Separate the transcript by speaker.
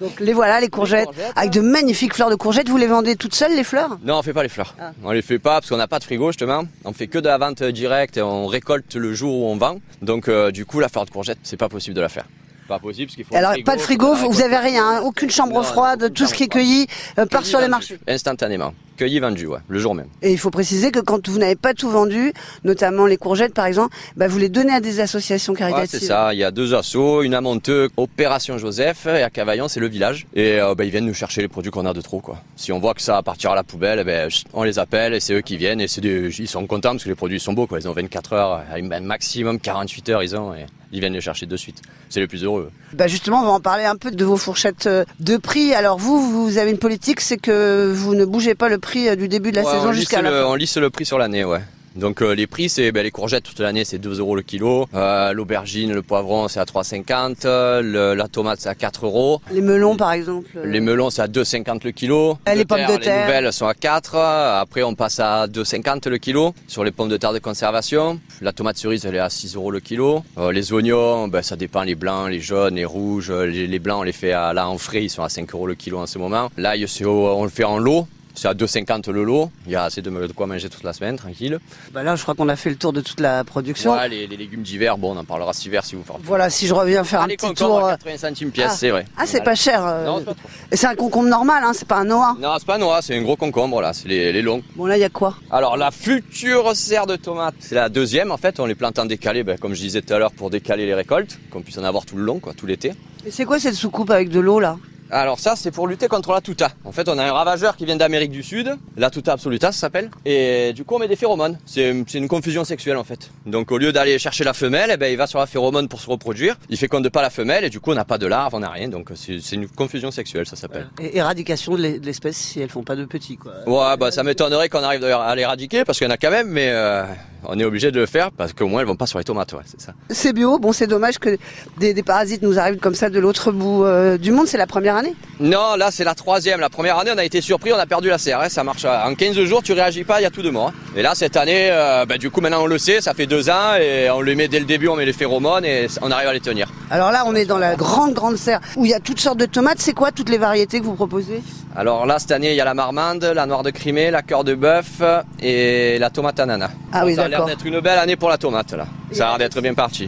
Speaker 1: Donc les voilà, les courgettes,
Speaker 2: courgettes,
Speaker 1: avec de magnifiques fleurs de courgettes. Vous les vendez toutes seules, les fleurs
Speaker 2: Non, on fait pas les fleurs.
Speaker 1: Ah.
Speaker 2: On les fait pas parce qu'on n'a pas de frigo justement. On fait que de la vente directe et on récolte le jour où on vend. Donc euh, du coup, la fleur de courgette, c'est pas possible de la faire. Pas possible parce qu'il faut. un
Speaker 1: Alors, pas de frigo,
Speaker 2: faut la
Speaker 1: vous avez
Speaker 2: récolter.
Speaker 1: rien, hein, aucune chambre
Speaker 2: Non, non,
Speaker 1: froide,
Speaker 2: aucune
Speaker 1: tout ce
Speaker 2: chambre
Speaker 1: qui est cueilli euh, part
Speaker 2: Cueilli,
Speaker 1: sur les
Speaker 2: vendu.
Speaker 1: marchés.
Speaker 2: Instantanément. Cueilli, vendu, ouais, le jour même.
Speaker 1: Et il faut préciser que quand vous n'avez pas tout vendu, notamment les courgettes par exemple, bah, vous les donnez à des associations
Speaker 2: Ouais,
Speaker 1: caritatives.
Speaker 2: c'est ça, il y a deux assauts, une à Monteux, Opération Joseph, et à Cavaillon, c'est le village. Et euh, ben, ils viennent nous chercher les produits qu'on a de trop. quoi. Si on voit que ça partira à la poubelle, eh ben, chut, on les appelle et c'est eux qui viennent. Et c'est des- ils sont contents parce que les produits sont beaux. Quoi. Ils ont 24 heures, euh, ben, maximum 48 heures, ils ont. Et ils viennent les chercher de suite. C'est les plus heureux.
Speaker 1: Bah, justement, on va en parler un peu de vos fourchettes euh, de prix. Alors vous, vous avez une politique, c'est que vous ne bougez pas le prix euh, du début de la
Speaker 2: Ouais, on
Speaker 1: saison
Speaker 2: lisse
Speaker 1: jusqu'à la
Speaker 2: le-
Speaker 1: fin.
Speaker 2: On lisse le prix sur l'année, ouais. Donc euh, les prix, c'est ben, les courgettes toute l'année, c'est 2 euros le kilo. Euh, L'aubergine, le poivron, c'est à 3,50. Euh, le- La tomate, c'est à 4 euros.
Speaker 1: Les melons par exemple. euh,
Speaker 2: Les melons, c'est à 2,50 le kilo.
Speaker 1: Et les pommes de terre.
Speaker 2: Les nouvelles sont à 4. Après, on passe à 2,50 le kilo sur les pommes de terre de conservation. La tomate cerise, elle est à 6 euros le kilo. Euh, les oignons, ben, ça dépend, les blancs, les jaunes, les rouges. Euh, Les, les blancs, on les fait à, là en frais, ils sont à 5 euros le kilo en ce moment. L'ail, c'est au- on le fait en lot. C'est à 2,50 le lot. Il y a assez de, de quoi manger toute la semaine, tranquille.
Speaker 1: Bah là, je crois qu'on a fait le tour de toute la production.
Speaker 2: Voilà, les, les légumes d'hiver, bon, on en parlera cet hiver si vous faites.
Speaker 1: Voilà, si je reviens faire un
Speaker 2: les
Speaker 1: petit
Speaker 2: concombres
Speaker 1: tour.
Speaker 2: à
Speaker 1: euh,
Speaker 2: 80 centimes pièce,
Speaker 1: ah.
Speaker 2: c'est vrai.
Speaker 1: Ah, c'est pas cher. euh,
Speaker 2: Non, c'est pas trop.
Speaker 1: Et c'est un concombre normal, hein, c'est pas un noir.
Speaker 2: Non, c'est pas noir, c'est un gros concombre là, c'est les, les longs.
Speaker 1: Bon, là, il y a quoi
Speaker 2: Alors la future serre de tomates, c'est la deuxième en fait, on les plante en décalé, ben, comme je disais tout à l'heure, pour décaler les récoltes, qu'on puisse en avoir tout le long, quoi, tout l'été.
Speaker 1: Et c'est quoi cette soucoupe avec de l'eau, là
Speaker 2: Alors ça, c'est pour lutter contre la tuta. En fait, on a un ravageur qui vient d'Amérique du Sud, la tuta absoluta, ça s'appelle. Et du coup, on met des phéromones. C'est c'est une confusion sexuelle en fait. Donc au lieu d'aller chercher la femelle, eh ben, il va sur la phéromone pour se reproduire. Il féconde pas la femelle et du coup, on n'a pas de larves, on n'a rien. Donc c'est c'est une confusion sexuelle, ça s'appelle.
Speaker 1: Et Éradication de l'es- de l'espèce si elles font pas de petits, quoi.
Speaker 2: Ouais, bah ça m'étonnerait qu'on arrive d'ailleurs à l'éradiquer parce qu'il y en a quand même, mais euh, on est obligé de le faire parce qu'au moins elles vont pas sur les tomates, ouais, c'est ça.
Speaker 1: C'est bio, bon, c'est dommage que des, des parasites nous arrivent comme ça de l'autre bout euh, du monde, c'est la première année.
Speaker 2: Non, là c'est la troisième. La première année, on a été surpris, on a perdu la CRS, ça marche. euh, En 15 jours, tu réagis pas, il y a tout de mort. Et là, cette année, euh, bah, du coup, maintenant on le sait, ça fait deux ans et on les met dès le début, on met les phéromones et on arrive à les tenir.
Speaker 1: Alors là, on est dans la grande, grande serre où il y a toutes sortes de tomates. C'est quoi toutes les variétés que vous proposez
Speaker 2: Alors là, cette année, il y a la marmande, la noire de Crimée, la cœur de bœuf et la tomate ananas.
Speaker 1: Ah oui,
Speaker 2: Ça a l'air
Speaker 1: d'accord.
Speaker 2: d'être une belle année pour la tomate, là. Ça a l'air d'être bien parti.